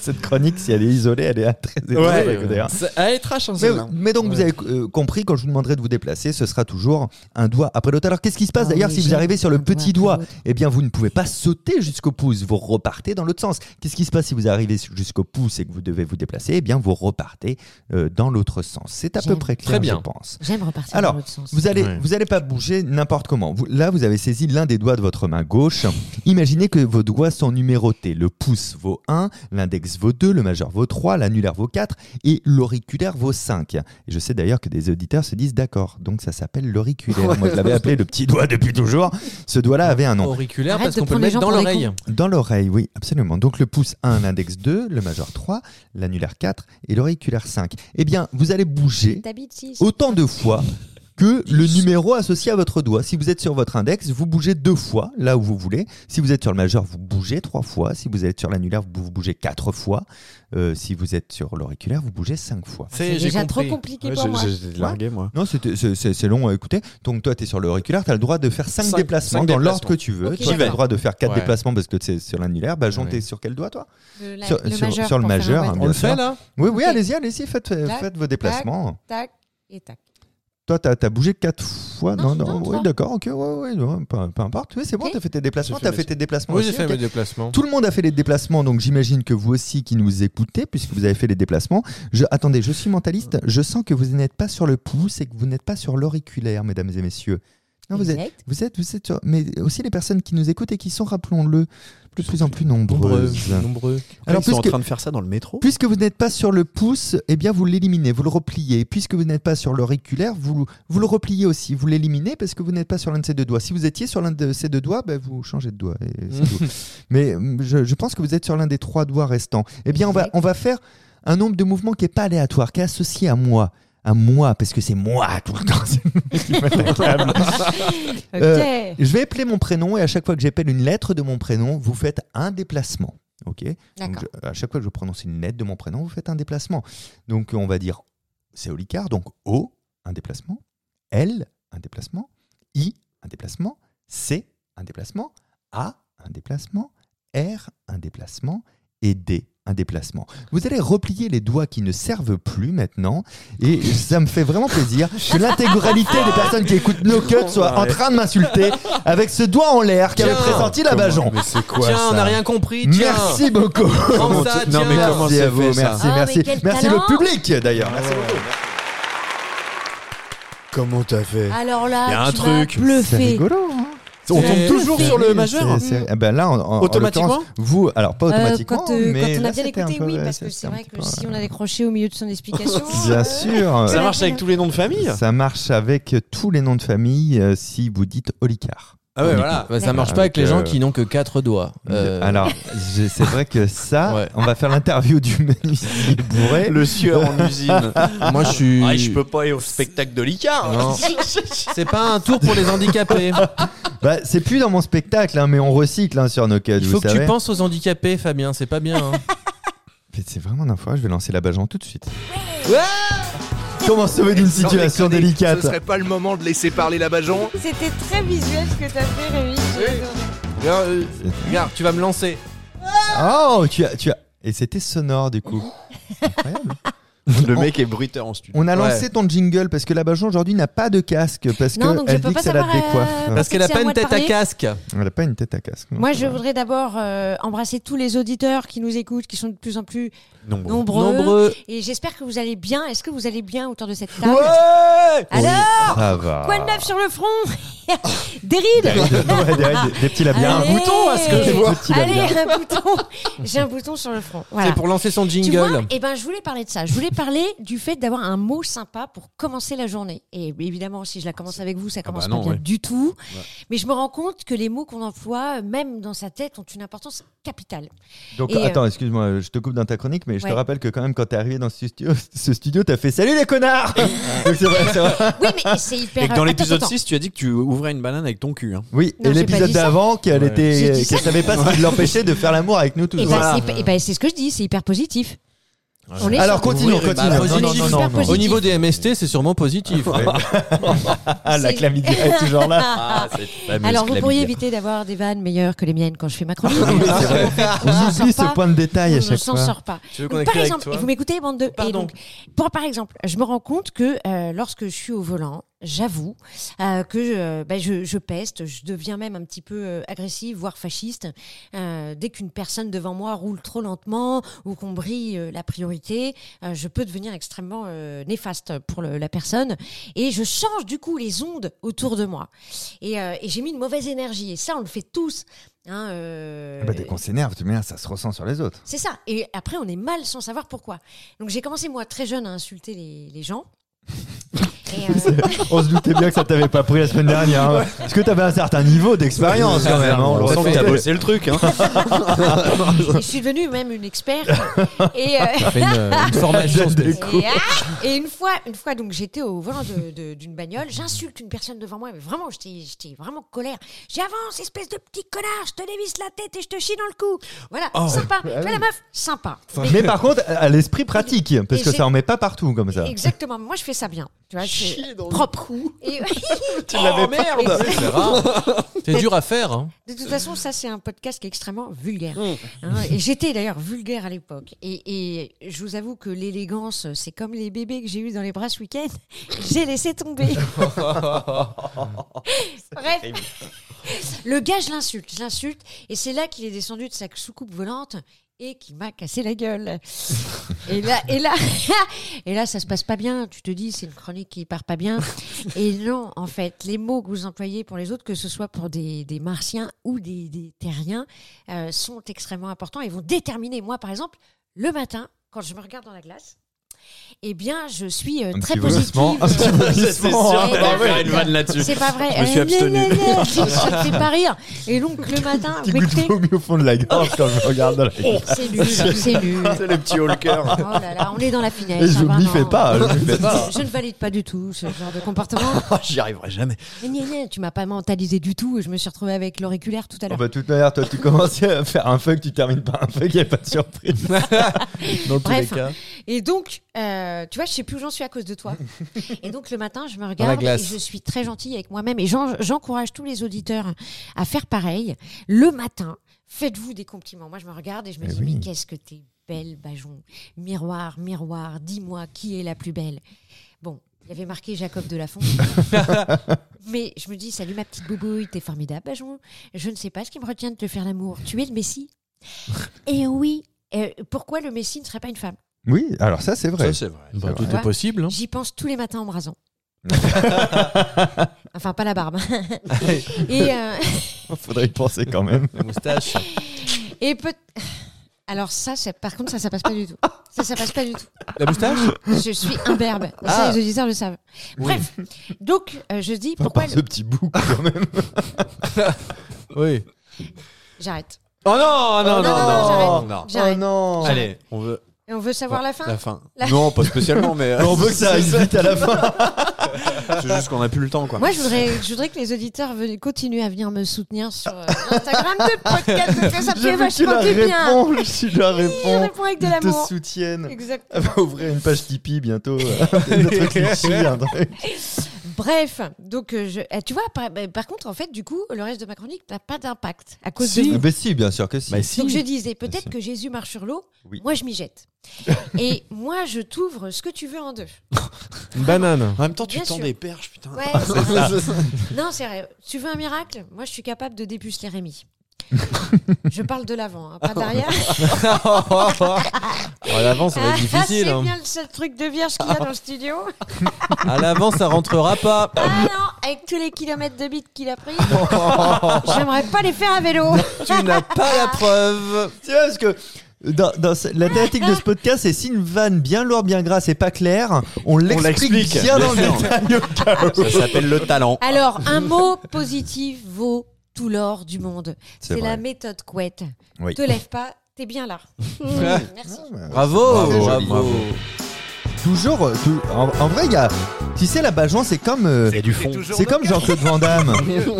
Cette chronique, si elle est isolée, elle est très étonnante, écoutez, hein. C'est- Elle est trash, hein, Mais, celle-là. mais donc, vous avez euh, compris, quand je vous demanderai de vous déplacer, ce sera toujours un doigt après l'autre. Alors, qu'est-ce qui se passe Ah d'ailleurs oui, si vous j'aime arrivez sur le un doigt petit après doigt l'autre. Eh bien, vous ne pouvez pas sauter jusqu'au pouce, vous repartez dans l'autre sens. Qu'est-ce qui se passe si vous arrivez su- jusqu'au pouce et que vous devez vous déplacer Eh bien, vous repartez euh, dans l'autre sens. C'est à peu J'aime. près clair, Très bien. je pense. J'aime repartir Alors, dans l'autre sens. Vous allez, Ouais. vous allez pas bouger n'importe comment. Vous- là, vous avez saisi l'un des doigts de votre main gauche. Imaginez que vos doigts sont numérotés. Le pouce vaut 1, l'index vaut 2, le majeur vaut 3, l'annulaire vaut 4 et l'auriculaire vaut 5. Et je sais d'ailleurs que des auditeurs se disent d'accord. Donc ça s'appelle l'auriculaire. Moi, je l'avais appelé le petit doigt depuis toujours. Ce doigt-là avait un nom. Auriculaire Arrête parce de qu'on peut le prendre les mettre gens dans pour des l'oreille. Dans l'oreille, oui, absolument. Donc le pouce 1, l'index 2, le majeur 3, l'annulaire 4 et l'auriculaire 5. Eh bien, vous allez bouger T'habites ici autant de fois que le numéro associé à votre doigt. Si vous êtes sur votre index, vous bougez deux fois là où vous voulez. Si vous êtes sur le majeur, vous bougez trois fois. Si vous êtes sur l'annulaire, vous vous bougez quatre fois. Euh, si vous êtes sur l'auriculaire, vous bougez cinq fois. C'est déjà trop compliqué pour moi. J'ai largué, moi. Non, c'était- c'est c'est- c'est long à écouter. Donc, toi, tu es sur l'auriculaire, tu as le droit de faire 5 Cinq- déplacements cinq dans l'ordre déplacements. que tu veux. toi, Ok, tu as le d'accord. droit de faire 4 Ouais. déplacements parce que c'est sur l'annulaire. Bah, Jean, Ouais. t'es sur quel doigt, toi Le, la- sur, le sur- majeur. sur le pour faire majeur, un hein, wet. bien sûr. là Oui, oui, Ok. allez-y, allez-y, faites, faites- Tac, faites vos déplacements. Tac et tac. Toi, t'as as bougé 4 fois. Non, Non, non, non, oui, trois. d'accord, ok, ouais, ouais, ouais, peu, peu importe. Oui, c'est bon, Ok. t'as fait tes déplacements, J'ai t'as fait fait tes déplacements. Oui, j'ai aussi, fait ok. mes déplacements. Tout le monde a fait les déplacements, donc j'imagine que vous aussi qui nous écoutez, puisque vous avez fait les déplacements. Je, attendez, je suis mentaliste, je sens que vous n'êtes pas sur le pouce et que vous n'êtes pas sur l'auriculaire, mesdames et messieurs. Non, vous êtes, Exact. vous êtes, vous êtes sur- mais aussi les personnes qui nous écoutent et qui sont, rappelons-le, de plus en plus nombreuses. Nombreux. Alors, Alors, Ah, ils sont en puisque- train de faire ça dans le métro. Puisque vous n'êtes pas sur le pouce, eh bien vous l'éliminez, vous le repliez. Puisque vous n'êtes pas sur l'auriculaire, vous, vous le repliez aussi, vous l'éliminez parce que vous n'êtes pas sur l'un de ces deux doigts. Si vous étiez sur l'un de ces deux doigts, ben, vous changez de doigt. et c'est tout. Mais hum, je, je pense que vous êtes sur l'un des trois doigts restants. Eh bien on va, Exact. on va faire un nombre de mouvements qui n'est pas aléatoire, qui est associé à moi. À moi, parce que c'est moi tout le temps. C'est moi qui m'attaque. Ok. Euh, je vais appeler mon prénom et à chaque fois que j'appelle une lettre de mon prénom, vous faites un déplacement. Ok donc, D'accord. je- à chaque fois que je prononce une lettre de mon prénom, vous faites un déplacement. Donc, on va dire Céolicard, donc O, un déplacement, L, un déplacement, I, un déplacement, C, un déplacement, A, un déplacement, R, un déplacement et D, un déplacement. Vous allez replier les doigts qui ne servent plus maintenant et ça me fait vraiment plaisir que l'intégralité des personnes qui écoutent No Cut soient en train de m'insulter avec ce doigt en l'air qu'avait Tiens, pressenti la Bajon. Mais c'est quoi Ah, Tiens, on n'a rien compris. Tiens. Merci beaucoup. Prends ça, Non, Ah, mais tiens. comment Merci à c'est vous, fait, merci, ça Ah, merci. mais quel merci talent le public d'ailleurs. Merci beaucoup. Comment t'as fait Alors là, Il y a un tu truc. m'as bluffé. On C'est- tombe toujours sur le majeur hein. hein. C'est- c'est- eh ben là, en- en- en Automatiquement l'occurrence, Vous, alors pas Euh, automatiquement, quand, euh, mais quand on a là, bien c'était écouté, un peu- oui, ouais, parce que c'est c'était un vrai petit que peu, si ouais. on a décroché au milieu de son explication. euh, Bien sûr. Ça marche avec tous les noms de famille Ça marche avec tous les noms de famille euh, si vous dites Olicard. Ah ouais, voilà. Bah, ça marche pas avec les gens qui n'ont que 4 doigts. Euh, Alors, je- c'est vrai que ça, Ouais. on va faire l'interview du menuisier bourré. Le sueur en usine. moi je suis. Ah, je peux pas aller au spectacle de l'Icard. hein. Non. C'est pas un tour pour les handicapés. Bah, c'est plus dans mon spectacle, hein, mais on recycle hein, sur nos codes. Il vous faut que savez. tu penses aux handicapés, Fabien. C'est pas bien. hein. Mais C'est vraiment n'importe Je vais lancer la bajon tout de suite. Comment sauver d'une situation Sans déconner, délicate Ce serait pas le moment de laisser parler la Bajon C'était très visuel ce que t'as fait, Rémi. J'ai adoré. Regarde, euh, regarde, tu vas me lancer. Oh, tu as, tu as. Et c'était sonore du coup. Incroyable. le mec est bruiteur en studio. On a Ouais. lancé ton jingle parce que la Bajon aujourd'hui n'a pas de casque parce Non, donc je qu'elle peux dit que pas ça la savoir, euh, décoiffe. Parce qu'elle a C'est à pas une moi de tête à parler. casque. Elle n'a pas une tête à casque. non. Moi, je voudrais d'abord euh, embrasser tous les auditeurs qui nous écoutent, qui sont de plus en plus Nombreux. nombreux. Nombreux. Et j'espère que vous allez bien. Est-ce que vous allez bien autour de cette table Oui, Alors, ça va. quoi de neuf sur le front Des rides Ouais, des, des- des petits labiens. Allez. Des petits Allez, labiens. un bouton J'ai un bouton sur le front. Voilà. C'est pour lancer son Tu vois, jingle. eh ben, je voulais parler de ça. Je voulais parler du fait d'avoir un mot sympa pour commencer la journée. Et évidemment, si je la commence avec vous, ça commence bah non, pas bien ouais. du tout. Mais je me rends compte que les mots qu'on emploie, même dans sa tête, ont une importance capitale. Donc Et, euh, attends, excuse-moi, je te coupe dans ta chronique, mais je te Ouais. rappelle que quand même quand t'es arrivé dans ce studio, ce studio, t'as fait salut les connards. Donc, c'est vrai, c'est vrai. Oui, mais c'est hyper. Et que dans Attends, l'épisode attends, 6, tu as dit que tu ouvrais une banane avec ton cul. hein. Oui, Non, et j'ai pas l'épisode dit ça. d'avant, qu'elle Ouais. était, J'ai dit qu'elle ça. savait pas ce qui l'empêchait de faire l'amour avec nous tous. Eh ben, Voilà. c'est eh ben, c'est ce que je dis, c'est hyper positif. On est Alors sur- continue, Ouvrir continue. une barre positive, non, non, non, non. Au niveau des MST, c'est sûrement positif. Ah, la C'est- chlamydia est toujours Ah, là. Ah, Alors, vous pourriez éviter d'avoir des vannes meilleures que les miennes quand je fais ma chronique. On On oublie ce point de détail à Je chaque s'en fois. sort pas. Tu veux Donc, par exemple, et vous m'écoutez, bande de. Pardon. Et donc, pour, par exemple, je me rends compte que euh, lorsque je suis au volant, j'avoue euh, que euh, bah, je, je peste, je deviens même un petit peu euh, agressive, voire fasciste, euh, dès qu'une personne devant moi roule trop lentement ou qu'on brille euh, la priorité, euh, je peux devenir extrêmement euh, néfaste pour le- la personne. Et je change du coup les ondes autour de moi. Et, euh, et j'ai mis une mauvaise énergie. Et ça, on le fait tous. hein, euh, Ah bah, dès qu'on s'énerve, de toute manière, ça se ressent sur les autres. c'est ça. Et après, on est mal sans savoir pourquoi. Donc, j'ai commencé, moi, très jeune, à insulter les, les gens. Et, euh, On se doutait bien que ça t'avait pas pris la semaine dernière. hein. Parce que t'avais un certain niveau d'expérience quand même. hein, on le On sent que ressentait. t'as bossé le truc. Hein. je suis devenue même une experte. Et, euh, Fait une, une formation. spéciale. Et, ah Et une fois, une fois donc j'étais au volant de- de- d'une bagnole, j'insulte une personne devant moi, mais vraiment j'étais j'étais vraiment en colère. J'avance, espèce de petit connard, je te dévisse la tête et je te chie dans le cou. Voilà, Ah sympa. Tu vois, la meuf, sympa. Mais- Mais par contre, à l'esprit pratique, parce Et que j'ai- ça en met pas partout comme ça. Exactement. Moi, je fais ça bien. Tu vois, Chier c'est dans le propre. Et- Tu Ah, l'avais pas. Et- C'est rare. C'est dur à faire. hein. De toute façon, ça, c'est un podcast qui est extrêmement vulgaire. Hein, et j'étais d'ailleurs vulgaire à l'époque. Et, et je vous avoue que l'élégance, c'est comme les bébés que j'ai eus dans les bras ce week-end. J'ai laissé tomber. Bref. Le gars, je l'insulte, je l'insulte. Et c'est là qu'il est descendu de sa soucoupe volante et qui m'a cassé la gueule. Et là, et là, et là, ça se passe pas bien. Tu te dis, c'est une chronique qui part pas bien. Et non, en fait, les mots que vous employez pour les autres, que ce soit pour des, des martiens ou des, des terriens, euh, sont extrêmement importants et vont déterminer. Moi, par exemple, le matin, quand je me regarde dans la glace, eh bien, je suis euh, Un très petit positive. vomissement. Un petit vomissement. sûr. hein. t'allais faire une vanne là-dessus. C'est pas vrai. Je me suis Euh, abstenu. gna, gna, gna. Ça te fait pas rire. Et donc, le matin, Petit vous goût de écoutez, Eh, vomi au fond de la gorge quand je regarde dans la glace. c'est nul, c'est nul. C'est le petit haut le cœur. Oh là là, on est dans la finesse. Et hein, je m'y vraiment. fais pas. je m'y fais pas. Je ne valide pas du tout ce genre de comportement. J'y arriverai jamais. Mais gna, gna, tu m'as pas mentalisé du tout et je me suis retrouvée avec l'auriculaire tout à Oh l'heure. bah, de toute manière, toi, tu commences à faire un fuck, tu termines par un fuck, il n'y a pas de surprise. Dans tous les Bref. cas. Et donc, euh, tu vois, je sais plus où j'en suis à cause de toi. et donc, le matin, je me Dans la regarde et glace. je suis très gentille avec moi-même. Et j'en- j'encourage tous les auditeurs à faire pareil. Le matin, faites-vous des compliments. Moi, je me regarde et je me Eh dis, oui. mais qu'est-ce que t'es belle, Bajon. Miroir, miroir, dis-moi qui est la plus belle. Bon, il y avait marqué Jacob Delafont. mais je me dis, salut ma petite boubouille, t'es formidable, Bajon. Je ne sais pas ce qui me retient de te faire l'amour. Tu es le Messie. et oui. euh, pourquoi le Messie ne serait pas une femme Oui, alors ça, c'est vrai. c'est vrai. Bah, C'est tout vrai. est possible. hein. J'y pense tous les matins en me rasant. enfin, pas la barbe. et euh, Faudrait y penser quand même. La moustache. et peut- Alors ça, ça- par contre, ça, ça passe pas du tout. Ça, ça passe pas du tout. La moustache Je suis imberbe. Ça, les auditeurs le savent. Bref, donc euh, je dis Pas pourquoi par ce petit bout, quand même. Oui. le- j'arrête. Oh non, non, non, non, non, non, non. J'arrête. non Allez, on veut Et on veut savoir la fin. la fin. La- Non, pas spécialement, mais euh, On veut que ça arrive vite à la fin. c'est juste qu'on a plus le temps, quoi. Moi, je voudrais, je voudrais que les auditeurs venus, continuent à venir me soutenir sur euh, l'Instagram de podcast. parce que Ça Je fait veux que tu la vachement du bien. réponds, tu la Je réponds. réponds avec de Ils te l'amour. soutiennent. Exact. Elle va ouvrir une page Tipeee bientôt. euh, Notre cliché, un truc. Bref, donc euh, je, eh, tu vois, par, bah, par contre, en fait, du coup, le reste de ma chronique n'a pas d'impact à cause de vous. Mais si, bien sûr que si. Bah, si. Donc je disais, peut-être sûr. que Jésus marche sur l'eau, Oui. moi je m'y jette. Et moi je t'ouvre ce que tu veux en deux. Une banane. En même temps, tu Bien tends sûr. des perches, putain. Ouais. non, c'est vrai. Tu veux un miracle Moi je suis capable de dépuceler Rémi. je parle de l'avant, hein, pas d'arrière. à l'avant, ça va être Ah, c'est difficile. hein. bien le seul truc de vierge qu'il y a dans le studio. À l'avant, ça rentrera pas. Ah non, avec tous les kilomètres de bite qu'il a pris, j'aimerais pas les faire à vélo. Tu n'as pas la preuve. Tu vois, parce que dans, dans ce- la thématique de ce podcast, c'est si une vanne bien lourde, bien grasse et pas claire, on l'explique l'explique, bien bien dans le sûr. détail. Ça s'appelle le talent. Alors, un mot positif vaut tout l'or du monde. C'est C'est vrai. la méthode couette. Oui. Te lève pas, t'es bien là. Merci. Bravo, Bravo, bravo. bravo. Toujours, euh, tou- en, en vrai, il y a, tu sais, la Bajon, c'est comme, euh, C'est du fond. c'est comme Jean-Claude Van Damme.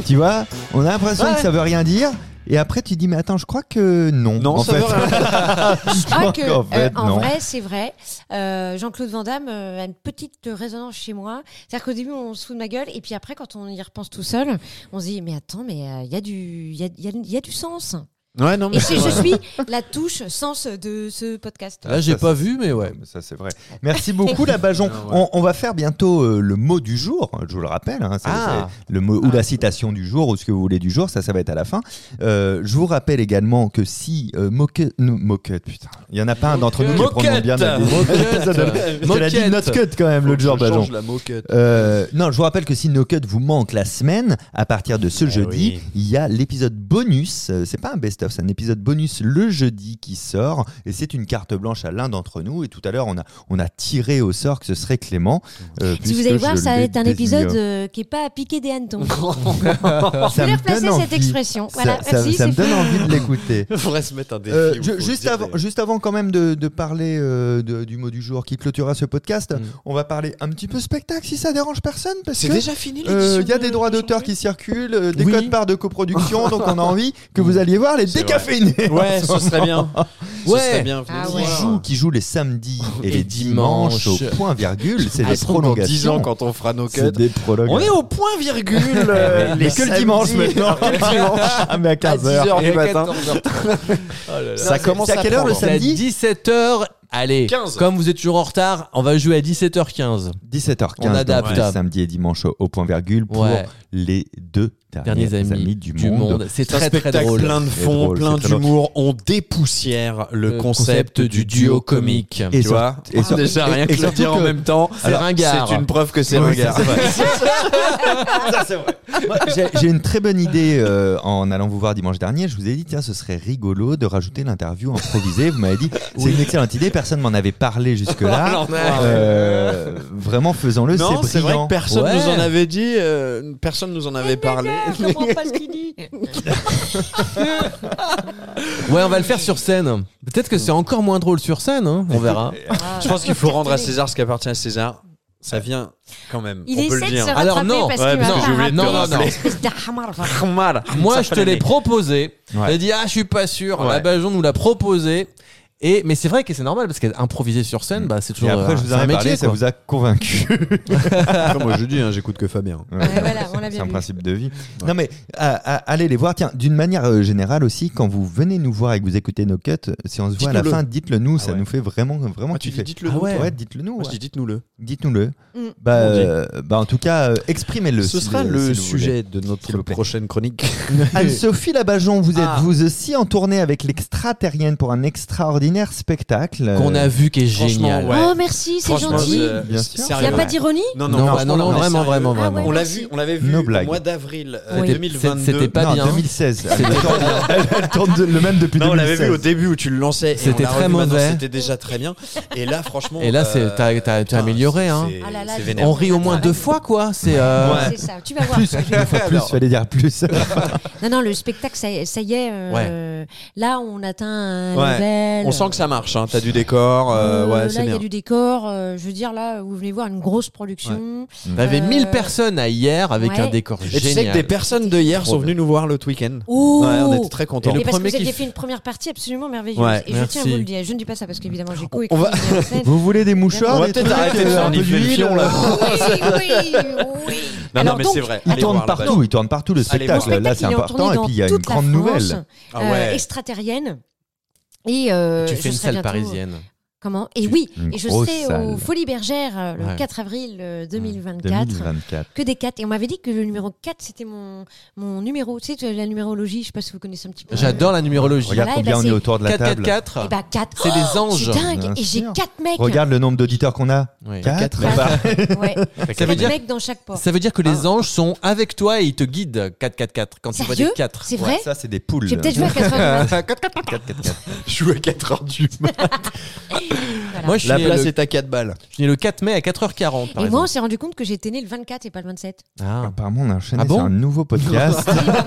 tu vois, on a l'impression que ça veut rien dire. Et après, tu dis, mais attends, je crois que non. Non, en ça fait. veut rien. Je crois Ah, que, qu'en fait, euh, en non. vrai, c'est vrai. Euh, Jean-Claude Van Damme euh, a une petite euh, résonance chez moi. C'est-à-dire qu'au début, on se fout de ma gueule, et puis après, quand on y repense tout seul, on se dit mais attends, mais euh, il y a du, il y a, y a- y a du sens. Ouais, non, Et mais c'est- je suis la touche sens de ce podcast. Là, j'ai Ça, pas vu, mais ouais. Mais Ça, c'est vrai. Merci beaucoup, la Bajon. on, on va faire bientôt euh, le mot du jour, je vous le rappelle. hein, c'est- Ah. c'est le mot, ou la citation du jour, ou ce que vous voulez du jour, ça, ça va être à la fin. Euh, je vous rappelle également que si euh, Moquette. non, Moquette, putain. Il n'y en a pas un d'entre nous qui Moquette. prononce bien la Moquette. Tu l'as dit Moquette. notre cut quand même l'autre jour, je Bajon. change la moquette. Euh, non, je vous rappelle que si No Eh Cut vous manque la semaine, à partir de ce jeudi, il y a l'épisode bonus. euh, C'est pas un best-of, Christophe. C'est un épisode bonus le jeudi qui sort. Et c'est une carte blanche à l'un d'entre nous. Et tout à l'heure, on a, on a tiré au sort que ce serait Clément. euh, Si puisque vous allez je voir, ça va l'ai être un désigné, épisode euh, euh, qui n'est pas à piquer des hannetons. Je ça voulais me replacer donne cette envie. expression. Ça- Voilà, ça- merci, ça me c'est donne fait. envie de l'écouter. Il faudrait se mettre un défi. Euh, où je- faut juste, dire avant, des- juste avant quand même de, de parler euh, de- du mot du jour qui clôturera ce podcast, Mm. on va parler un petit peu spectacle si ça dérange personne parce C'est que euh, déjà fini il l'édition y a des de- droits de d'auteur janvier qui circulent, euh, des Oui. codes parts de coproduction, donc on a envie que vous alliez voir les C'est décaféinés. Ouais, ce serait bien. Ce Ouais. serait bien. Ah venez ouais. Qui voir. joue, qui joue les samedis et, Et les dimanches dimanches. au point virgule, c'est Ah, des se trouve, dans 10 ans prolongations. quand on fera nos C'est cuts. des prolongations. On est au point virgule. euh, Mais les que le samedis dimanche maintenant. Ah, mais à À 15h. 10h Et du à matin. 14h30. Oh là là. Ça commence c'est à quelle heure le prendre. C'est à samedi 17h. Allez, 15. comme vous êtes toujours en retard, on va jouer à 17h15. 17h15 On adapte. donc, les samedis et dimanches au- au point virgule pour Ouais. les deux derniers Derniers amis, du, monde. C'est C'est un très très spectacle drôle. plein de C'est fond, drôle, plein c'est très drôle. d'humour. On dépoussière le, Le concept, du duo comique. Et tu sur- vois Ah, et sur- Déjà, rien et que le surtout dire en que- même temps, C'est ringard. c'est une preuve que c'est Oui, ringard. ça, Moi, J'ai Eh, j'ai une très bonne idée euh, en allant vous voir dimanche dernier. Je vous ai dit, tiens, ce serait rigolo de rajouter l'interview improvisée. Vous m'avez dit, c'est une excellente idée. Personne m'en avait parlé jusque-là. Euh, vraiment, faisons-le, Non, c'est c'est vrai brillant. que personne Ouais. nous en avait dit, euh, personne nous en avait parlé. Je comprends pas ce qu'il dit. Ouais, on va le faire sur scène. Peut-être que c'est encore moins drôle sur scène, hein, on verra. Je pense qu'il faut rendre à César ce qui appartient à César. Ça vient quand même. Il on peut essaie le de se dire. rattraper Alors non, parce ouais, qu'il parce m'a que j'ai oublié de te pas rappeler. rappelé, espèce d'Ahmar. Ah, Mal. Ah, Moi, Ça je te l'ai fait proposé. Ouais. J'ai dit, ah, je suis pas sûr. Ouais. La Bajon nous l'a proposé. Et, mais c'est vrai que c'est normal parce qu'improviser sur scène, bah, c'est Et toujours après, euh, je vous c'est en un ai métier. parlé, ça quoi. vous a convaincu. Après, moi, je dis, hein, j'écoute que Fabien. Ouais, voilà, on l'a C'est bien un vu. principe de vie. Non, mais à- à- allez les voir. Tiens, d'une manière euh, générale aussi, quand vous venez nous voir et que vous écoutez nos cuts, euh, si on se voit à la Dites-nous-le. fin, dites-le nous. ça Ah ouais. nous fait vraiment, euh, vraiment kiffer. dites-le. Ah nous. ouais. Ouais, dites-le nous. Moi, je dis, dites-nous-le. Dites-nous-le. Mm. Bah, On dit. euh, bah, en tout cas, euh, exprimez-le. Ce si sera vous- le si vous sujet de S'il notre vous plaît. prochaine chronique. voulez. Anne-Sophie Labajon, vous êtes Ah. vous aussi en tournée avec l'extraterrienne pour un extraordinaire spectacle. euh, Qu'on a vu qui est Franchement, génial. Ouais. Oh, merci, c'est Franchement, gentil. euh, Bien sûr. Il n'y a sérieux. pas d'ironie Non, Non, bah, non, non, non, franchement, mais vraiment, sérieux. vraiment, Ah ouais. vraiment. On l'a Merci. vu, on l'avait vu No au blague. mois d'avril euh, C'était- 2022. c'était pas Non, bien. 2016. C'était Elle tourne- elle, elle tourne de- le même depuis Non, on l'avait 2016. vu au début où tu le lançais. et C'était on l'a très revu maintenant, mauvais. C'était déjà très bien. Et là, franchement. Et là, c'est- euh, t'as- t'as- t'as putain, amélioré, c'est- hein. c'est- Ah là là, C'est je- vénère. On rit au moins deux fois, quoi. C'est. euh, Ouais. C'est ça, tu vas voir. Plus, deux fois plus, fallait dire plus. Non, non, le spectacle, ça, y- ça y est. euh, Là, on atteint un Ouais. level. On sent que ça marche. hein. T'as du décor. euh, Euh, ouais, là, c'est il y bien. a du décor. euh, je veux dire, là, vous venez voir une grosse production. T'avais Euh, 1000 personnes à hier avec ouais. un décor Et tu sais que génial. des personnes de hier sont venues nous voir l'autre week-end. Oh Ouais, on était très contents. Et le Et parce que premier vous aviez kiff. fait une première partie absolument merveilleuse. Ouais, et je tiens à merci. vous le dire. Je ne dis pas ça parce qu'évidemment, j'ai co-écrit. On va- Mireille Sen. Vous voulez des mouchoirs On va des peut-être trucs, arrêter de euh, faire un peu l'effet le d'huile, fion, là. Oui, oui, oui. Non, non, Alors mais donc, c'est vrai. Il Allez tourne voir là-bas. partout, il tourne partout le Allez voir. spectacle. Là, c'est il est en tournée important. Et dans puis, il y a une toute la grande France, nouvelle. Ah euh, ouais. extraterrienne. Et euh, Tu je fais une serai salle bientôt- parisienne. Comment Et oui, Une et je grosse serai salle. au Folie Bergère euh, le Ouais. 4 avril euh, 2024. 2024. Que des 4. Et on m'avait dit que le numéro 4, c'était mon, mon numéro. Tu sais, tu as la numérologie, je sais pas si vous connaissez un petit peu. J'adore la numérologie. Regarde Voilà, et combien bah, on est c'est autour de la table. 4-4-4. Et bah 4. C'est des anges. C'est Bien dingue. Et j'ai sûr. 4 mecs. Regarde le nombre d'auditeurs qu'on a. Ouais. Quatre. Quatre. Ouais. Ça veut Quatre dire mecs dans chaque porte. Ça veut dire que les Hein anges sont avec toi et ils te guident 4-4-4 quand tu vois des Sérieux 4. C'est vrai Ouais, Ça, c'est des poules. Je vais peut-être jouer à 4 heures du matin. Euh, Joue à 4h du mat. Voilà. Moi, je suis, La né place le, est à 4 balles. je suis né le 4 mai à 4h40. Par Et moi, on exemple. s'est rendu compte que j'étais né le 24 et pas le 27. Ah. Apparemment, on a enchaîné Ah bon sur un nouveau podcast.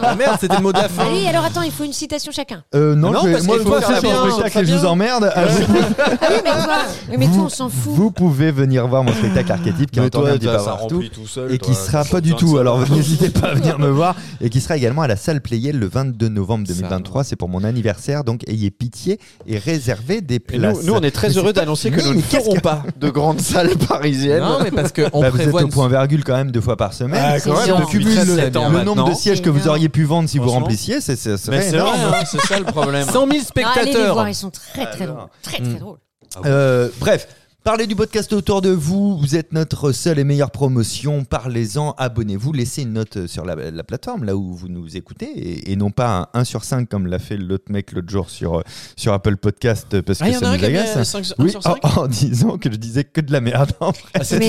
Ah, merde, c'était le mot de la fin. Allez, alors attends, il faut une citation chacun. Euh, non, Non, je vais- parce moi, qu'il faut moi, faire c'est la sur bien, le spectacle et je bien. vous emmerde. Ah, vous- Ah oui, mais toi, oui, mais toi on s'en fout. Vous pouvez venir voir mon spectacle archétype qui est en tournée un petit peu partout. bah, tout seul. Et qui sera pas du tout, alors n'hésitez pas à venir me voir. Et qui sera également à la salle Playel le 22 novembre 2023. C'est pour mon anniversaire, donc ayez pitié et réservez des Et nous, places. nous, on est très heureux d'annoncer que Mais nous ne qu'est-ce ferons que- pas de grandes salles parisiennes. Non, mais parce qu'on Bah, vous êtes prévoit. au une- point virgule quand même deux fois par semaine. Ah, quand même, on depuis cumule 17 ans le, le nombre maintenant. de sièges que vous Énorme. auriez pu vendre si vous Franchement. remplissiez. C'est c'est- Mais serait c'est vrai, énorme. hein, c'est ça le problème. 100 000 Bah, Non, allez les voir, spectateurs. ils sont très très drôles. Très très drôles. Euh, bref. Parlez du podcast autour de vous. Vous êtes notre seule et meilleure promotion. Parlez-en, abonnez-vous, laissez une note sur la, la plateforme là où vous nous écoutez et, et non pas un 1 sur 5 comme l'a fait l'autre mec l'autre jour sur, sur Apple Podcast parce que Ah, il y en a ça un nous qui a mis agace. euh, cinq sur- un Oui, sur en, Ah, cinq en disant que je disais que de la merde. en vrai. Mais, il a- Ah, mais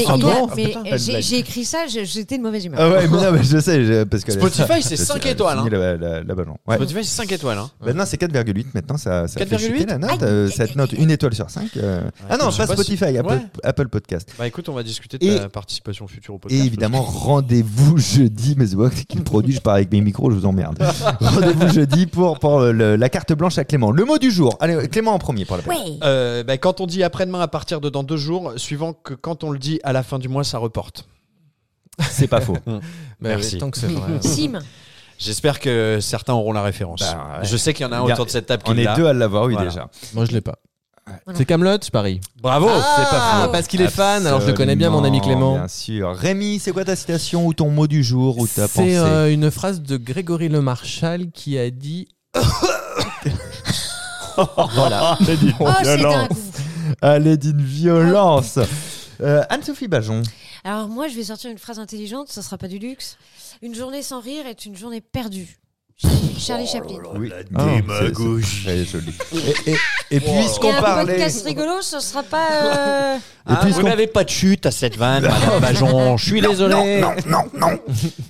putain, eh, pas de j'ai blague. j'ai écrit ça, j'ai- j'étais de mauvaise humeur. Ah ouais, mais non, mais je sais, je- parce que Spotify, c'est je- cinq je- je étoiles, finis hein. La, la, la balance. Ouais. Spotify, c'est 5 étoiles. Hein. Maintenant, c'est 4,8. Maintenant, ça, ça fait 4,8? chuter la note. Aïe. euh, cette note, une étoile sur 5. ah non, pas je sais pas si- Spotify, Apple, Ouais. Apple Podcast. Bah écoute, on va discuter de Et- ta participation future au Et podcast. évidemment, rendez-vous jeudi. Mais c'est moi qui le produit, je pars avec mes micros, je vous emmerde. rendez-vous jeudi pour, pour le- la carte blanche à Clément. Le mot du jour. Allez, Clément en premier pour la peine. Ouais. Euh, bah, quand on dit après-demain à partir de dans deux jours, suivant que quand on le dit à la fin du mois, ça reporte. C'est pas faux. Bah oui, Merci. tant que c'est vrai. Sim, J'espère que certains auront la référence. Bah, ouais. Je sais qu'il y en a un Bien. autour de cette table qui On est l'a. deux à l'avoir eu Voilà. déjà. Moi, je l'ai pas. C'est Camelot, je parie. Bravo, c'est pas Ah, faux. parce qu'il est fan, alors je le connais bien, mon ami Absolument, Clément. Bien sûr. Rémi, c'est quoi ta citation ou ton mot du jour ou ta pensée C'est euh, une phrase de Grégory Le Marchal qui a dit Voilà. oh, c'est un coup. Allez, d'une violence. Euh, Anne-Sophie Bajon. Alors moi, je vais sortir une phrase intelligente, ça sera pas du luxe. Une journée sans rire est une journée perdue. Charlie Chaplin. Oui. Ah, démagogie. Très joli. Et, et- et puisqu'on Et un parlait. podcast rigolo, ce sera pas. euh, Et Ah, vous puisqu'on- n'avez pas de chute à cette vanne, madame Bajon. Je suis désolé.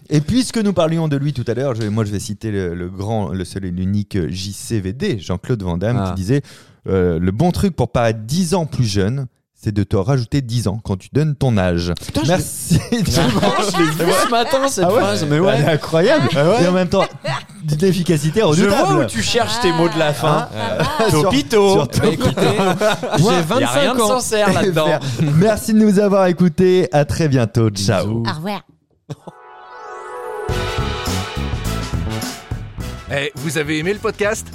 Et puisque nous parlions de lui tout à l'heure, je- moi je vais citer le, le grand, le seul et euh, l'unique JCVD, Jean-Claude Van Damme, Ah. qui disait euh, Le bon truc pour paraître 10 ans plus jeune, c'est de te rajouter 10 ans quand tu donnes ton âge. Merci. ce matin, cette Ah ouais phrase, mais Elle ouais. est incroyable. Et en même temps, d'une efficacité Je vois où redoutable. Ah, tu cherches tes mots de la fin. Euh, pas mal. Topito. sur- Bah, écoutez, j'ai Il n'y a rien 25 de ans. sincère là-dedans. Merci de nous avoir écoutés. À très bientôt. Ciao. Au revoir. Eh, vous avez aimé le podcast Eh